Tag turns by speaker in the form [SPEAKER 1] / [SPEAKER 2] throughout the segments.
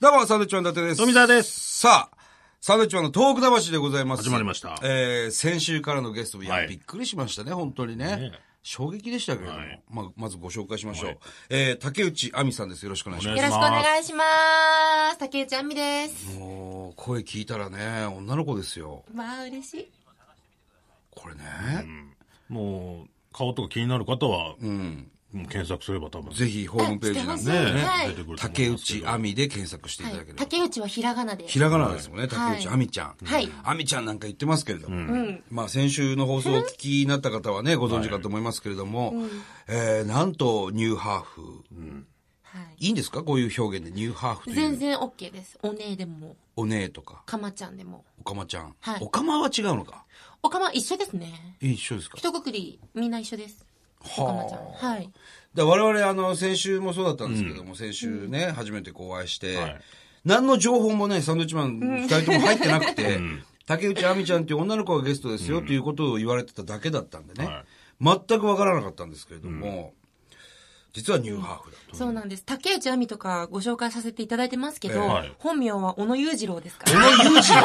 [SPEAKER 1] どうも、サンドウィッチマン伊達です。
[SPEAKER 2] 富澤です。
[SPEAKER 1] さあ、サンドウィッチマンのトーク魂でございます。
[SPEAKER 2] 始まりました
[SPEAKER 1] えー、先週からのゲスト、いや、
[SPEAKER 2] はい
[SPEAKER 1] びっくりしましたね、本当にね。
[SPEAKER 2] ね
[SPEAKER 1] 衝撃でしたけれども、
[SPEAKER 2] はい
[SPEAKER 1] まあ、まずご紹介しましょう。えー、竹内亜美さんです。よろしくお願いしま
[SPEAKER 2] お
[SPEAKER 3] よ
[SPEAKER 2] 願
[SPEAKER 3] ろしくお願いします。竹内あみです。
[SPEAKER 1] す。もう、声聞いたらね、女の子ですよ。
[SPEAKER 3] まあ嬉しい。
[SPEAKER 1] これね、
[SPEAKER 2] もう、顔とか気になる方は、
[SPEAKER 1] うん、
[SPEAKER 2] もう検索すれば多分。
[SPEAKER 1] ぜひホームページなん
[SPEAKER 3] あ
[SPEAKER 1] で、
[SPEAKER 3] してほし
[SPEAKER 2] ね、
[SPEAKER 3] はい
[SPEAKER 2] 出てくると思
[SPEAKER 1] 竹
[SPEAKER 2] いますけ
[SPEAKER 1] 内
[SPEAKER 2] ど
[SPEAKER 1] 亜美で検索してい
[SPEAKER 3] は
[SPEAKER 1] ただ
[SPEAKER 3] い
[SPEAKER 1] けれ、ば。
[SPEAKER 3] 竹内はひらがなで。
[SPEAKER 1] ひらがなですもんね、
[SPEAKER 3] はい
[SPEAKER 1] 竹内亜美ちゃん。
[SPEAKER 3] はい
[SPEAKER 1] 亜美ちゃんなんか言ってますけれども。まあ先週の放送をお聞きになった方はね、ご存知かと思いますけれども、えー、なんとニューハーフ。
[SPEAKER 3] はい。
[SPEAKER 1] いいんですかこういう表現でニューハーフとい
[SPEAKER 3] 全
[SPEAKER 1] う。
[SPEAKER 3] 然 OK です。お姉でも、
[SPEAKER 1] お姉とか、
[SPEAKER 3] かまちゃんでも。
[SPEAKER 1] おかまちゃん。
[SPEAKER 3] はい
[SPEAKER 1] おかまは違うのか
[SPEAKER 3] おかま一緒ですね。
[SPEAKER 1] 一緒ですか
[SPEAKER 3] 一括り、みんな一緒です。おかまちゃん。
[SPEAKER 1] はあ。
[SPEAKER 3] はい。
[SPEAKER 1] だから我々、あの、先週もそうだったんですけども、先週ね、初めてこうお会いして、
[SPEAKER 2] はい
[SPEAKER 1] 何の情報もね、サンドウィッチマン二人とも入ってなく て、竹内亜美ちゃんっていう女の子がゲストですよっていうことを言われてただけだったんでね、全くわからなかったんですけれども、実はニューハーフだと。
[SPEAKER 3] そうなんです。竹内あみとかご紹介させていただいてますけ
[SPEAKER 1] え
[SPEAKER 3] ど、
[SPEAKER 1] え
[SPEAKER 2] はい
[SPEAKER 3] 本名は小野裕次郎ですか
[SPEAKER 1] 小
[SPEAKER 3] ら。
[SPEAKER 1] 野裕 次郎。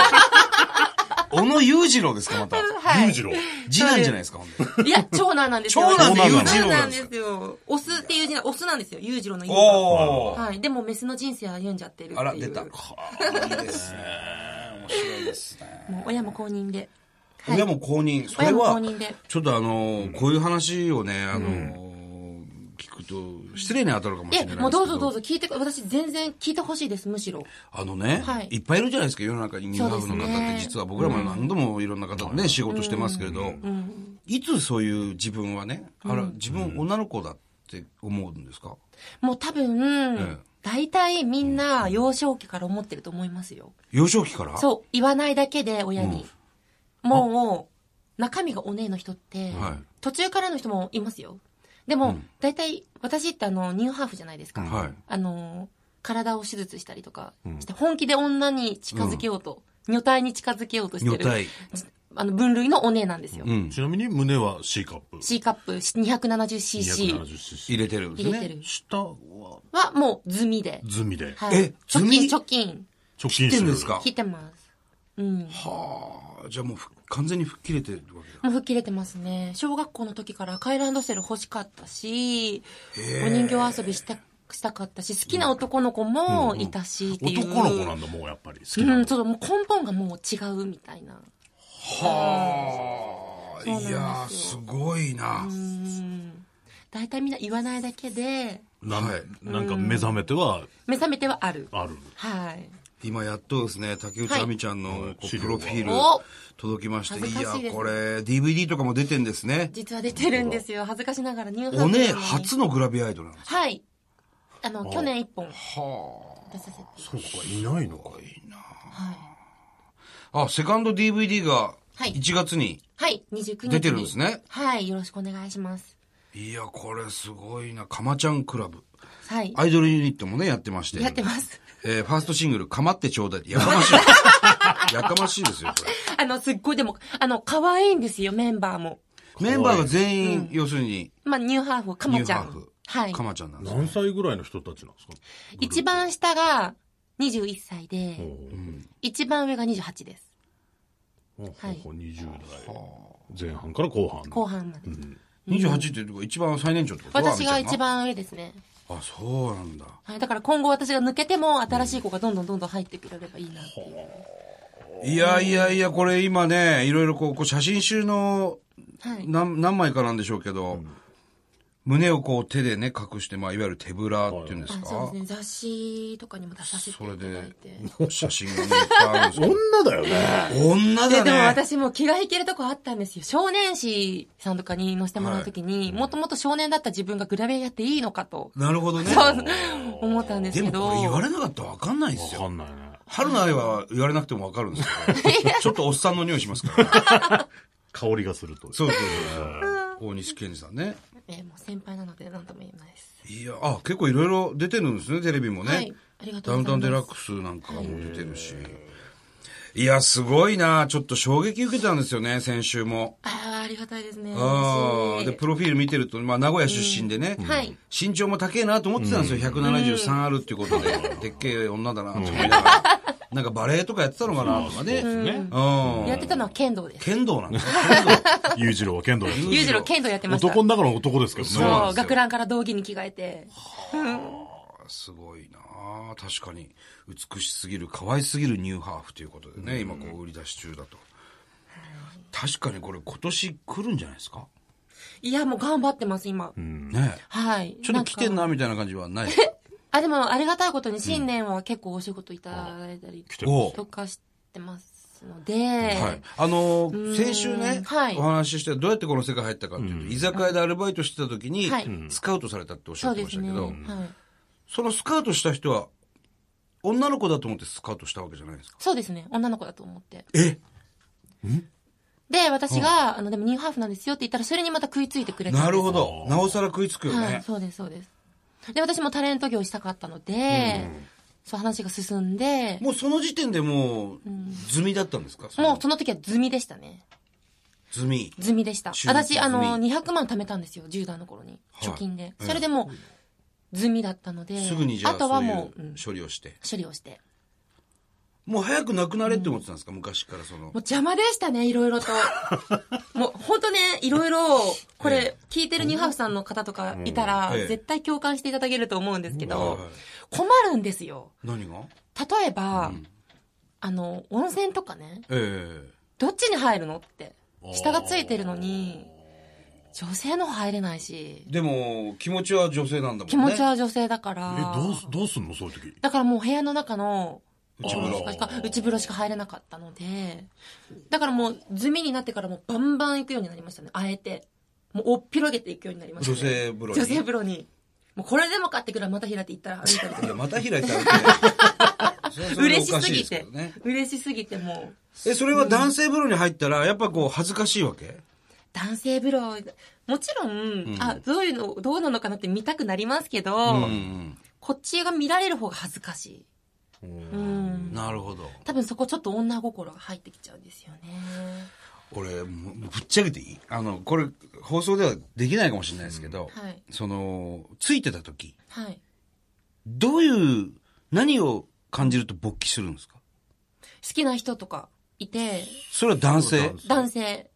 [SPEAKER 1] 小野裕次郎ですか、また。
[SPEAKER 3] はい。
[SPEAKER 2] 裕次郎。
[SPEAKER 1] 次男じゃないですか、ほんで。
[SPEAKER 3] いや、長男なんですよ。
[SPEAKER 1] 長男
[SPEAKER 2] で裕
[SPEAKER 1] 次郎
[SPEAKER 3] 長
[SPEAKER 1] な
[SPEAKER 3] 男
[SPEAKER 1] ん
[SPEAKER 3] なん
[SPEAKER 1] で
[SPEAKER 3] です
[SPEAKER 1] か
[SPEAKER 3] すよ。オスっていう字な、オスなんですよ。裕次郎の裕が。
[SPEAKER 1] おー。
[SPEAKER 3] はい。でも、メスの人生歩んじゃってるっていう。
[SPEAKER 1] あら、出た。いいですね。面白いですね。
[SPEAKER 3] もう親も公認で。はい
[SPEAKER 1] 親も公認。それは
[SPEAKER 3] 親も公認で、
[SPEAKER 1] ちょっとあの、こういう話をね、あの、聞くと、失礼に当たるかもしれ
[SPEAKER 3] え、
[SPEAKER 1] ないですけど。
[SPEAKER 3] もうどうぞどうぞ聞いてく、私全然聞いてほしいです、むしろ。
[SPEAKER 1] あのね、
[SPEAKER 3] はいい、
[SPEAKER 1] っぱいいるじゃないですか、世の中にニューハーフの方っ
[SPEAKER 3] そ
[SPEAKER 1] て、
[SPEAKER 3] うですね
[SPEAKER 1] 実は僕らも何度もいろんな方とね、仕事してますけれど、いつそういう自分はね、あら、自分女の子だって思うんですか、
[SPEAKER 3] もう多
[SPEAKER 1] ええ
[SPEAKER 3] 分、大体みんな幼少期から思ってると思いますよ。
[SPEAKER 1] 幼少期から
[SPEAKER 3] そう、言わないだけで親に。もう、中身がお姉の人って
[SPEAKER 1] はい、
[SPEAKER 3] 途中からの人もいますよ。でも、大体、私ってあの、ニューハーフじゃないですか。
[SPEAKER 1] はい
[SPEAKER 3] あの、体を手術したりとかして、本気で女に近づけようと、女体に近づけようとして
[SPEAKER 1] 女体
[SPEAKER 3] る、あの、分類のお姉なんですよ。
[SPEAKER 2] ちなみに胸は C カップ。
[SPEAKER 3] C カップ 270cc
[SPEAKER 1] 入
[SPEAKER 2] 270cc。
[SPEAKER 1] れてるんです
[SPEAKER 3] 入
[SPEAKER 1] ね。
[SPEAKER 3] れてる
[SPEAKER 2] 下は
[SPEAKER 3] はもう済みで。
[SPEAKER 2] 済みで。
[SPEAKER 3] はい、
[SPEAKER 1] え
[SPEAKER 3] 貯
[SPEAKER 1] 済み
[SPEAKER 3] 金、貯金、
[SPEAKER 2] 直
[SPEAKER 1] 知
[SPEAKER 2] 近
[SPEAKER 1] ってんですか
[SPEAKER 3] 切ってます。うん。も
[SPEAKER 1] はあ、じゃあもうふ完全に吹っ切れてるわけだ。
[SPEAKER 3] う吹っ切れてますね。小学校の時から赤いランドセル欲しかったし、お人形遊びした、したかったし、好きな男の子もいたしっていう。
[SPEAKER 2] 男の子なんだ、もうやっぱり。好き
[SPEAKER 3] う、
[SPEAKER 2] なんの。
[SPEAKER 3] ちょっともう根本がもう違うみたいな。
[SPEAKER 1] はあ、
[SPEAKER 3] そうなんです
[SPEAKER 1] い
[SPEAKER 3] よ
[SPEAKER 1] やー、すごいな。
[SPEAKER 3] うん。大体みんな言わないだけで、
[SPEAKER 2] なん
[SPEAKER 1] はい
[SPEAKER 2] なんか目覚めては
[SPEAKER 3] 目覚めてはある。
[SPEAKER 2] ある。
[SPEAKER 3] はい。
[SPEAKER 1] 今やっとですね、竹内
[SPEAKER 3] はい
[SPEAKER 1] 亜美ちゃんのこう
[SPEAKER 2] 資
[SPEAKER 1] プ
[SPEAKER 2] 料
[SPEAKER 1] ロ
[SPEAKER 2] が
[SPEAKER 1] フィール
[SPEAKER 3] お
[SPEAKER 1] 届きまして、
[SPEAKER 3] 恥
[SPEAKER 1] い
[SPEAKER 3] ずかしいですね
[SPEAKER 1] や、これ DVD とかも出てんですね。
[SPEAKER 3] 実は出てるんですよ。恥ずかしながらニューハー
[SPEAKER 1] お
[SPEAKER 3] フなの
[SPEAKER 1] 姉
[SPEAKER 3] に
[SPEAKER 1] 初のグラビアアイドルなんです。
[SPEAKER 3] はい。あの、去年一本
[SPEAKER 1] は
[SPEAKER 3] 出させて。
[SPEAKER 2] そうか、いないのか。
[SPEAKER 3] はい。
[SPEAKER 1] あ。あ、セカンド DVD が
[SPEAKER 3] はい
[SPEAKER 1] 1月に。
[SPEAKER 3] はい、29日に。
[SPEAKER 1] 出てるんですね
[SPEAKER 3] はい、よろしくお願いします。
[SPEAKER 1] い、や、これすごいな。かまちゃんクラブ。
[SPEAKER 3] はい。
[SPEAKER 1] アイドルユニットもね、やってまして。
[SPEAKER 3] やってます。
[SPEAKER 1] えーファーストシングル、かまってちょうだいって。やかまし い。やかましいですよ、これ。
[SPEAKER 3] あの、すっごい、でも、あの、可愛いんですよ、メンバーも。
[SPEAKER 1] メンバーが全員、要するに、
[SPEAKER 3] まあ、ニューハーフ、か
[SPEAKER 1] ニュ
[SPEAKER 3] も
[SPEAKER 1] ー
[SPEAKER 3] ち
[SPEAKER 1] ハ
[SPEAKER 3] ゃ
[SPEAKER 1] ー
[SPEAKER 3] ん
[SPEAKER 1] フ。。
[SPEAKER 3] はい。
[SPEAKER 1] かまちゃんなんですよ。
[SPEAKER 2] 何歳ぐらいの人たちなんですか
[SPEAKER 3] 一番下が21歳
[SPEAKER 2] お
[SPEAKER 3] で、
[SPEAKER 2] ー
[SPEAKER 3] 一番上が28です。
[SPEAKER 2] ほうほ
[SPEAKER 3] は
[SPEAKER 2] う
[SPEAKER 3] い
[SPEAKER 2] ほう20代。前半から後半。
[SPEAKER 3] 後半まで。
[SPEAKER 1] 28っていうとこ一番最年長ってこと
[SPEAKER 3] 私が一。
[SPEAKER 1] あ
[SPEAKER 3] 番上ですね。
[SPEAKER 1] みちゃんあ、そうなんだ。
[SPEAKER 3] はい。だから今後私が抜けても、新しい子がどんどんどんどん入ってくれればいいなっていう。
[SPEAKER 1] いやいやいや、これ今ね、いろいろこう、こう写真集の
[SPEAKER 3] はい。
[SPEAKER 1] 何何枚かなんでしょうけど、胸をこう手でね、隠して、まあ、いわゆる手ぶらっていうんです
[SPEAKER 3] あそう
[SPEAKER 1] か
[SPEAKER 3] です。ね。雑誌とかにも出させて
[SPEAKER 1] そ
[SPEAKER 3] いた
[SPEAKER 1] れ
[SPEAKER 3] だい
[SPEAKER 1] で
[SPEAKER 3] て。、
[SPEAKER 1] 写真がねいっぱいあるんですけど。
[SPEAKER 2] 女だよ ね。
[SPEAKER 1] 女だ
[SPEAKER 3] で
[SPEAKER 1] ね。
[SPEAKER 3] でも私も気が引けるとこあったんですよ。少年誌さんとかに載せてもらうときに、もともと少年だった自分がグラビアやっていいのかと、
[SPEAKER 1] なるほどね。
[SPEAKER 3] そう思ったんです
[SPEAKER 1] で
[SPEAKER 3] け
[SPEAKER 1] も
[SPEAKER 3] ど。
[SPEAKER 1] これ言われなかったらわかんないです
[SPEAKER 2] わ
[SPEAKER 1] よ。
[SPEAKER 2] かんないね。
[SPEAKER 1] 春の愛は言われなくてもわかるんですけ ど、ちょっとおっさんの匂いしますから、ね。
[SPEAKER 2] 香りがすると。
[SPEAKER 1] そうそうそう。大西健二さんね。
[SPEAKER 3] えーもう先輩なので何とも言えないです。
[SPEAKER 1] いや、あ、結構いろいろ出てるんですね、テレビもね。
[SPEAKER 3] はいありがと
[SPEAKER 1] ダ
[SPEAKER 3] う
[SPEAKER 1] ウン
[SPEAKER 3] ございます
[SPEAKER 1] タウンデラックスなんかも出てるし。いや、すごいなちょっと衝撃受けたんですよね、先週も。
[SPEAKER 3] あありがたいですね。
[SPEAKER 1] ああ、
[SPEAKER 3] 嬉しい
[SPEAKER 1] で、プロフィール見てると、まあ、名古屋出身でね、
[SPEAKER 3] はい
[SPEAKER 1] 身長も高えなと思ってたんですよ。173あるっていうことで、でっけえ女だなと思いながら。なんかバレエとかやってたのかなとかね。
[SPEAKER 2] そうですね。
[SPEAKER 1] うん。
[SPEAKER 3] やってたのは剣道です。
[SPEAKER 1] 剣道なんですね
[SPEAKER 2] 裕次郎は剣道やって
[SPEAKER 1] 剣道
[SPEAKER 2] る
[SPEAKER 3] 裕次郎剣道やってました。
[SPEAKER 2] 男の中の男ですけどね。
[SPEAKER 1] そうなん
[SPEAKER 3] そ
[SPEAKER 1] で
[SPEAKER 3] う、
[SPEAKER 1] すよ
[SPEAKER 3] 学ランから道着に着替えて。
[SPEAKER 1] すごいなあ確かに美しすぎる可愛すぎるニューハーフということでね、今こう売り出し中だと確かにこれ今年来るんじゃないですか、
[SPEAKER 3] いや、もう頑張ってます、今。
[SPEAKER 1] ねえ
[SPEAKER 3] はい。
[SPEAKER 1] ちょっと来てんなみたいな感じはない
[SPEAKER 3] あ、でも、ありがたいことに、新年は結構お仕事いただいたり
[SPEAKER 2] 来て
[SPEAKER 1] おう
[SPEAKER 3] とかしてますので、
[SPEAKER 1] はい、あのー
[SPEAKER 3] うん
[SPEAKER 1] 先週ね、
[SPEAKER 3] はい
[SPEAKER 1] お話ししてどうやってこの世界入ったかっていうと、居酒屋でアルバイトしてた時に、
[SPEAKER 3] はい
[SPEAKER 1] スカウトされたっておっし
[SPEAKER 3] そ
[SPEAKER 1] ゃ
[SPEAKER 3] う
[SPEAKER 1] って
[SPEAKER 3] で
[SPEAKER 1] まし
[SPEAKER 3] す
[SPEAKER 1] たけ
[SPEAKER 3] ね。
[SPEAKER 1] どそ,、
[SPEAKER 3] は
[SPEAKER 1] の
[SPEAKER 3] い。
[SPEAKER 1] スカウトした人は女の子だと思ってスカウトしたわけじゃないですか
[SPEAKER 3] そうですね。女の子だと思って。
[SPEAKER 1] え
[SPEAKER 3] で、私が、あの、でもニューハーフなんですよって言ったら、それにまた食いついてくれたんです
[SPEAKER 1] なるほどなおさら食いつくよね、
[SPEAKER 3] はい、そうです、そうです。で、私もタレント業したかったので、そう話が進んで、
[SPEAKER 1] もうその時点でもう、済みだったんですか
[SPEAKER 3] もうその時は済みでしたね。
[SPEAKER 1] 済み。
[SPEAKER 3] 済みでした。
[SPEAKER 1] 中
[SPEAKER 3] 私、あの、
[SPEAKER 1] 済み
[SPEAKER 3] 200万貯めたんですよ、10代の頃に。
[SPEAKER 1] はい
[SPEAKER 3] 貯金で。
[SPEAKER 1] ええ
[SPEAKER 3] それでもう、済みだったので、
[SPEAKER 1] すぐにじゃあ、
[SPEAKER 3] あとは
[SPEAKER 1] そうい
[SPEAKER 3] もう、う
[SPEAKER 1] うん処理をして。
[SPEAKER 3] 処理をして。
[SPEAKER 1] もう早くなくなれって思ってたんですか昔からその
[SPEAKER 3] もう。邪魔でしたね、いろいろと。 もう本当ね、いろいろ、これ、聞いてるニューハーフさんの方とかいたら、
[SPEAKER 1] うんええ
[SPEAKER 3] 絶対共感していただけると思うんですけ
[SPEAKER 1] はい
[SPEAKER 3] ど
[SPEAKER 1] はい、
[SPEAKER 3] 困るんですよ。
[SPEAKER 1] 何が
[SPEAKER 3] 例えば、あの、温泉とかね、
[SPEAKER 1] ええ
[SPEAKER 3] どっちに入るのって。下がついてるのに、女性の方入れないし、
[SPEAKER 1] でも、気持ちは女性なんだもんね。
[SPEAKER 3] 気持ちは女性だから、
[SPEAKER 2] え、どうす、どうすんのそういう時。
[SPEAKER 3] だからもう部屋の中の
[SPEAKER 1] 内風呂
[SPEAKER 3] しか内風呂しか入れなかったので、だからもう、済みになってからもうバンバン行くようになりましたね。あえて。もう、おっぴろげていくようになりました、
[SPEAKER 1] 女性
[SPEAKER 3] ね。
[SPEAKER 1] 風呂に。
[SPEAKER 3] 女性風呂に。もうこれでもかってくらいまた開いて行ったら歩いたり
[SPEAKER 1] い
[SPEAKER 3] と
[SPEAKER 1] や、
[SPEAKER 3] か。
[SPEAKER 1] また開いたらねそれはそれで
[SPEAKER 3] 嬉
[SPEAKER 1] お
[SPEAKER 3] し
[SPEAKER 1] か
[SPEAKER 3] す
[SPEAKER 1] いで
[SPEAKER 3] ぎ
[SPEAKER 1] け
[SPEAKER 3] て
[SPEAKER 1] どね。
[SPEAKER 3] 嬉しすぎてもう。
[SPEAKER 1] え、それは男性風呂に入ったら、やっぱこう、恥ずかしいわけ
[SPEAKER 3] 男性風呂、もちろん、あ、どういうの、どうなのかなって見たくなりますけど、
[SPEAKER 1] うん
[SPEAKER 3] こっちが見られる方が恥ずかしい。うん。
[SPEAKER 1] なるほど。
[SPEAKER 3] 多分そこちょっと女心が入ってきちゃうんですよね。
[SPEAKER 1] 俺、もうぶっちゃけていいあの、これ、放送ではできないかもしれないですけど、
[SPEAKER 3] はい。
[SPEAKER 1] その、ついてた時。
[SPEAKER 3] はい。
[SPEAKER 1] どういう、何を感じると勃起するんですか
[SPEAKER 3] 好きな人とかいて、
[SPEAKER 1] それは男性
[SPEAKER 2] 男
[SPEAKER 3] 男性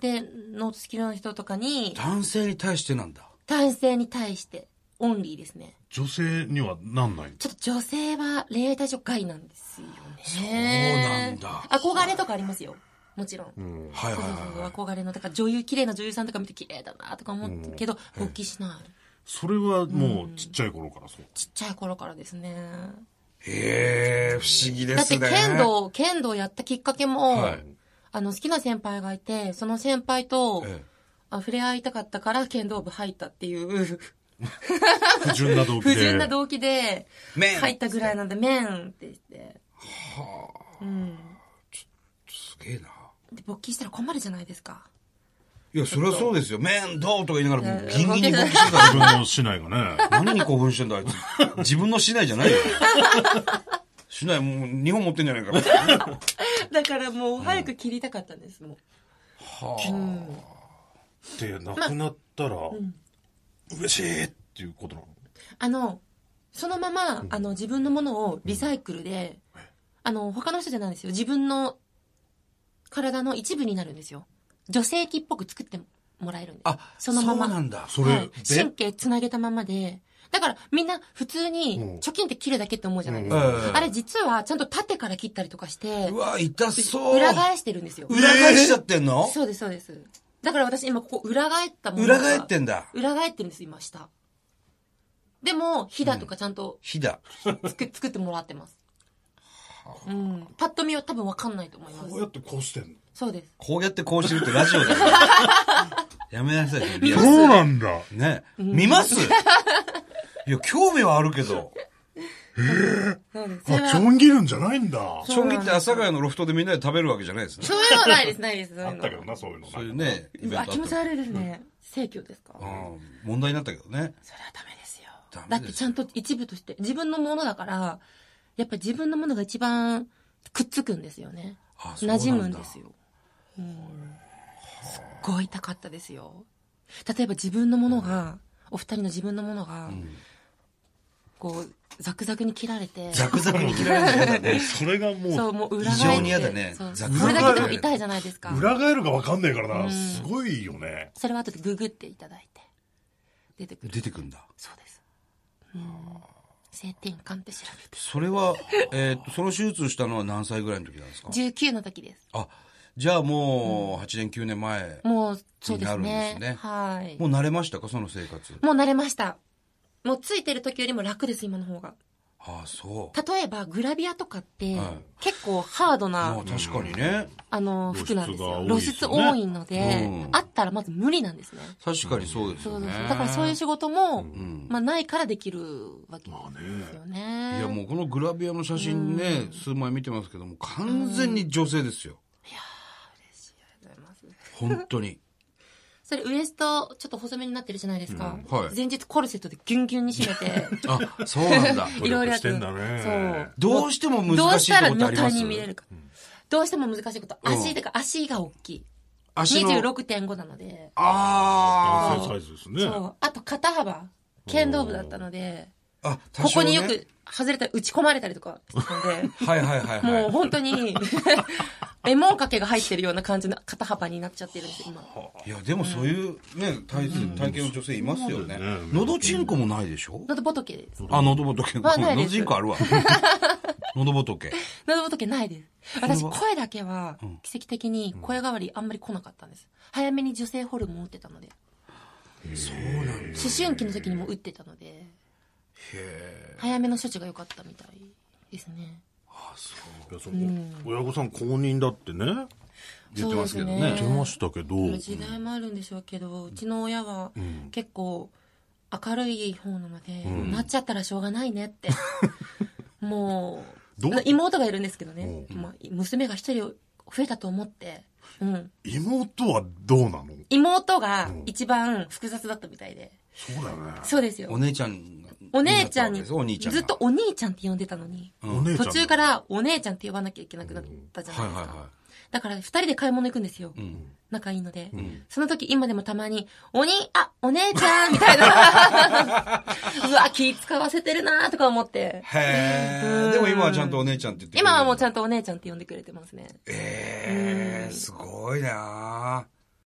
[SPEAKER 3] で、の好きな人とかに、
[SPEAKER 1] 男性に対してなんだ。
[SPEAKER 3] 男性に対して、オンリーですね。
[SPEAKER 2] 女性にはなんないんです
[SPEAKER 3] ちょっと女性は恋愛対象外なんですよ
[SPEAKER 1] そ
[SPEAKER 3] ね。
[SPEAKER 1] うなんだ
[SPEAKER 3] 憧れとかありますよ。もちろん。
[SPEAKER 1] はいはい
[SPEAKER 3] そうそうそう
[SPEAKER 1] はい。
[SPEAKER 3] 憧れのだから女優綺麗な女優さんとか見て綺麗だなとか思ってけど勃起しない
[SPEAKER 2] それはもうちっちゃい頃からそう。
[SPEAKER 3] ちっちゃい頃からですね
[SPEAKER 1] へえ、不思議で
[SPEAKER 3] だっ
[SPEAKER 1] す
[SPEAKER 3] て
[SPEAKER 1] ね。
[SPEAKER 3] 剣道剣道やったきっかけも、
[SPEAKER 1] はい
[SPEAKER 3] あの好きな先輩がいてその先輩と、
[SPEAKER 1] え
[SPEAKER 3] あ触れ合いたかったから剣道部入ったっていう
[SPEAKER 2] 不純な動機で。
[SPEAKER 3] 不純な動機で
[SPEAKER 1] え。面
[SPEAKER 3] 入ったぐらいなんで「メン!」って言って
[SPEAKER 1] すげえな。
[SPEAKER 3] で勃起したら困るじゃないですか
[SPEAKER 1] いや、それはそうですよ。面どうとか言いながら、
[SPEAKER 3] うん
[SPEAKER 1] ギンギンに勃起して
[SPEAKER 2] 自
[SPEAKER 1] た。
[SPEAKER 2] 分の市内が ね。
[SPEAKER 1] 何に興奮してんだ、あいつ。自分の市内じゃないよ。市内、もう、日本持ってんじゃないか。
[SPEAKER 3] だからもう早く切りたかったんですもう、
[SPEAKER 1] は
[SPEAKER 3] うん
[SPEAKER 2] で、亡くなったら、嬉しいっていうことなの。
[SPEAKER 3] あの、そのまま、あの、自分のものをリサイクルで、あの、他の人じゃないんですよ。自分の体の一部になるんですよ。女性器っぽく作ってもらえるんです。
[SPEAKER 1] あ、
[SPEAKER 3] そのまま
[SPEAKER 1] そうなんだ。
[SPEAKER 2] それ、
[SPEAKER 3] はい、神経つなげたままで、だからみんな普通
[SPEAKER 2] うん
[SPEAKER 3] に貯金って切るだけって思うじゃないです
[SPEAKER 1] う
[SPEAKER 3] か。
[SPEAKER 1] ん
[SPEAKER 3] あれ実はちゃんと縦から切ったりとかして
[SPEAKER 1] う、わ、痛そう。
[SPEAKER 3] 裏返してるんですよ。
[SPEAKER 1] 裏返しちゃってんの
[SPEAKER 3] そうです、そうです。だから私今ここ裏返ったものが
[SPEAKER 1] 裏返ってんだ。
[SPEAKER 3] 裏返ってるんです、今下。でも、ひだとかちゃんと、
[SPEAKER 1] ひだ。
[SPEAKER 3] 作作ってもらってます。うん、パッと見は多分わかんないと思いま
[SPEAKER 2] こう
[SPEAKER 3] す。
[SPEAKER 2] やってこうしてんの。
[SPEAKER 3] そうです。
[SPEAKER 1] こうやってこうしてるってラジオだよ。やめなさいよ、リアル
[SPEAKER 2] そうなんだ。
[SPEAKER 1] ね。見ますいや、興味はあるけど。
[SPEAKER 3] そうです。それ
[SPEAKER 2] あ、
[SPEAKER 3] は、
[SPEAKER 2] ち
[SPEAKER 3] そ
[SPEAKER 2] ょ
[SPEAKER 3] うん
[SPEAKER 2] 切るんじゃないんだ。
[SPEAKER 1] 将棋って阿佐ヶ谷のロフトでみんなで食べるわけじゃないですね。
[SPEAKER 3] いうのはないです、ないです。そうい
[SPEAKER 2] あ
[SPEAKER 3] う
[SPEAKER 2] っ
[SPEAKER 3] の
[SPEAKER 2] たけどな、そういうのな。
[SPEAKER 1] そういうね、イベン
[SPEAKER 3] う
[SPEAKER 1] トあ
[SPEAKER 3] わ
[SPEAKER 1] った
[SPEAKER 3] 気持ち悪いですね。正教ですか
[SPEAKER 1] うん問題になったけどね。
[SPEAKER 3] それはダメですよ
[SPEAKER 1] ダメですよ
[SPEAKER 3] だってちゃんと一部として、自分のものだから、やっぱり自分のものが一番くっつくんですよね。
[SPEAKER 1] あそう
[SPEAKER 3] 馴
[SPEAKER 1] なんだ
[SPEAKER 3] 染むんですよ。すっごい痛かったですよ。例えば自分のものが、お二人の自分のものが、こう、ザクザクに切られて、
[SPEAKER 1] ザクザクに切られるの嫌だ ね。
[SPEAKER 2] それがも、
[SPEAKER 3] そうう、もう裏
[SPEAKER 1] 非
[SPEAKER 3] 返って。
[SPEAKER 1] 常に嫌だね
[SPEAKER 3] そう
[SPEAKER 1] ザ
[SPEAKER 3] そ
[SPEAKER 1] ク
[SPEAKER 2] ザク
[SPEAKER 3] れだけでも痛いじゃないですか。
[SPEAKER 2] 裏返るかわかんないから
[SPEAKER 3] う
[SPEAKER 2] な。
[SPEAKER 3] ん
[SPEAKER 2] すごいよね。
[SPEAKER 3] それは後でググっていただいて、出てくる。
[SPEAKER 1] 出てくんだ。
[SPEAKER 3] そうです。うん。性転換って調べて。
[SPEAKER 1] それは、えーっと、その手術したのは何歳ぐらいの時なんですか
[SPEAKER 3] 19の時です。
[SPEAKER 1] あ、じゃあもう、8年、9年前。
[SPEAKER 3] もう、そうで
[SPEAKER 1] にな
[SPEAKER 3] す
[SPEAKER 1] る
[SPEAKER 3] ね。
[SPEAKER 1] んですね
[SPEAKER 3] はい。
[SPEAKER 1] もう慣れましたかその生活。
[SPEAKER 3] もう慣れました。もうついてる時よりも楽です、今の方が。
[SPEAKER 1] ああ、そう。
[SPEAKER 3] 例えば、グラビアとかって
[SPEAKER 1] はい、
[SPEAKER 3] 結構ハードな、
[SPEAKER 1] まあ確かにね。
[SPEAKER 3] あの、服なんですよ。露
[SPEAKER 2] 露出
[SPEAKER 3] 出
[SPEAKER 2] が多
[SPEAKER 3] 多
[SPEAKER 2] い
[SPEAKER 3] いので
[SPEAKER 1] う、ん
[SPEAKER 3] あったらまず無理なんですね。
[SPEAKER 1] 確かにそうです
[SPEAKER 3] そ
[SPEAKER 1] よ
[SPEAKER 3] う
[SPEAKER 1] ね
[SPEAKER 3] です。。だからそういう仕事も、
[SPEAKER 1] ん
[SPEAKER 3] まあないからできるわけですよね。
[SPEAKER 1] いやもうこのグラビアの写真ね、数枚見てますけども、完全に女性ですよ。
[SPEAKER 3] ありがとうございます
[SPEAKER 1] 本当に。
[SPEAKER 3] それウエストちょっと細めになってるじゃないですか。
[SPEAKER 1] うんはい
[SPEAKER 3] 前日コルセットでギュンギュンに締め て、
[SPEAKER 1] あ、そうなんだ。
[SPEAKER 2] 力
[SPEAKER 3] いろいろやっ
[SPEAKER 2] してんだね
[SPEAKER 3] そう。
[SPEAKER 1] どうしても
[SPEAKER 3] ど
[SPEAKER 1] 難
[SPEAKER 3] う
[SPEAKER 1] し
[SPEAKER 3] し
[SPEAKER 1] い
[SPEAKER 3] た
[SPEAKER 1] こ
[SPEAKER 3] ら
[SPEAKER 1] とってあ
[SPEAKER 3] 女
[SPEAKER 1] りま
[SPEAKER 3] 体
[SPEAKER 1] す
[SPEAKER 3] に見れるか。どうしても難しいこと。足、だから足が大きい。
[SPEAKER 1] 足の。
[SPEAKER 3] 26.5なので。
[SPEAKER 1] あ
[SPEAKER 2] 男性サイズですね。
[SPEAKER 3] そう。あと肩幅。剣道部だったので、
[SPEAKER 1] あ。あ、多
[SPEAKER 3] ここ
[SPEAKER 1] 少ね
[SPEAKER 3] によ。く外れたり打ち込まれたりとかしてたので、
[SPEAKER 1] はいはいはい はい。
[SPEAKER 3] もう本当に、 え、もんかけが入ってるような感じの肩幅になっちゃってるんです、今。
[SPEAKER 1] いや、でもそういうね、体勢、体型の女性いますよね
[SPEAKER 2] そうだよね。
[SPEAKER 1] 喉チンコもないでしょ
[SPEAKER 3] 喉仏です。
[SPEAKER 1] あ、喉仏。
[SPEAKER 3] あな
[SPEAKER 1] 喉
[SPEAKER 3] いです
[SPEAKER 1] チンコあ るわ。喉仏。
[SPEAKER 3] 喉仏ないです。私、声だけは
[SPEAKER 1] ん、
[SPEAKER 3] 奇跡的に声変わりあんまり来なかったんです。早めに女性ホルモン打ってたので。
[SPEAKER 1] そうなんだ。
[SPEAKER 3] 思春期の時にも打ってたので、
[SPEAKER 1] へ
[SPEAKER 3] 早めの処置が良かったみたいですね。
[SPEAKER 2] いやそこ親御さん公認だってね、
[SPEAKER 1] 言ってますけどね
[SPEAKER 3] そう
[SPEAKER 2] 出
[SPEAKER 3] です
[SPEAKER 2] ましたけど、
[SPEAKER 3] 時代もあるんでしょうけど、うちの親は結構明るい方なので、なっちゃったらしょうがない ねって。もう
[SPEAKER 2] どう、
[SPEAKER 3] 妹がいるんですけどね。まあ、娘が一人増えたと思って、うん。
[SPEAKER 2] 妹はどうなの
[SPEAKER 3] 妹が一番複雑だったみたいで。
[SPEAKER 2] そうだよね。
[SPEAKER 3] そうです
[SPEAKER 1] え。お
[SPEAKER 3] よ。
[SPEAKER 1] 姉ちゃん。
[SPEAKER 3] お姉ちゃんに、
[SPEAKER 1] お兄ちゃんが。
[SPEAKER 3] ずっとお兄ちゃんって呼んでたのに、
[SPEAKER 2] お姉ちゃん。
[SPEAKER 3] 途中からお姉ちゃんって呼ばなきゃいけなくなったじゃないですか。
[SPEAKER 1] はいはいはい
[SPEAKER 3] だから二人で買い物行くんですよ。
[SPEAKER 1] ん
[SPEAKER 3] 仲いいので、その時今でもたまに、おに、あ、お姉ちゃんみたいな。うわ、気使わせてるなとか思って。
[SPEAKER 1] へ
[SPEAKER 3] う
[SPEAKER 1] え。
[SPEAKER 3] ん
[SPEAKER 1] でも今はちゃんとお姉ちゃんって言ってくれる
[SPEAKER 3] 今はもうちゃんとお姉ちゃんって呼んでくれてますね。
[SPEAKER 1] ええすごいなあ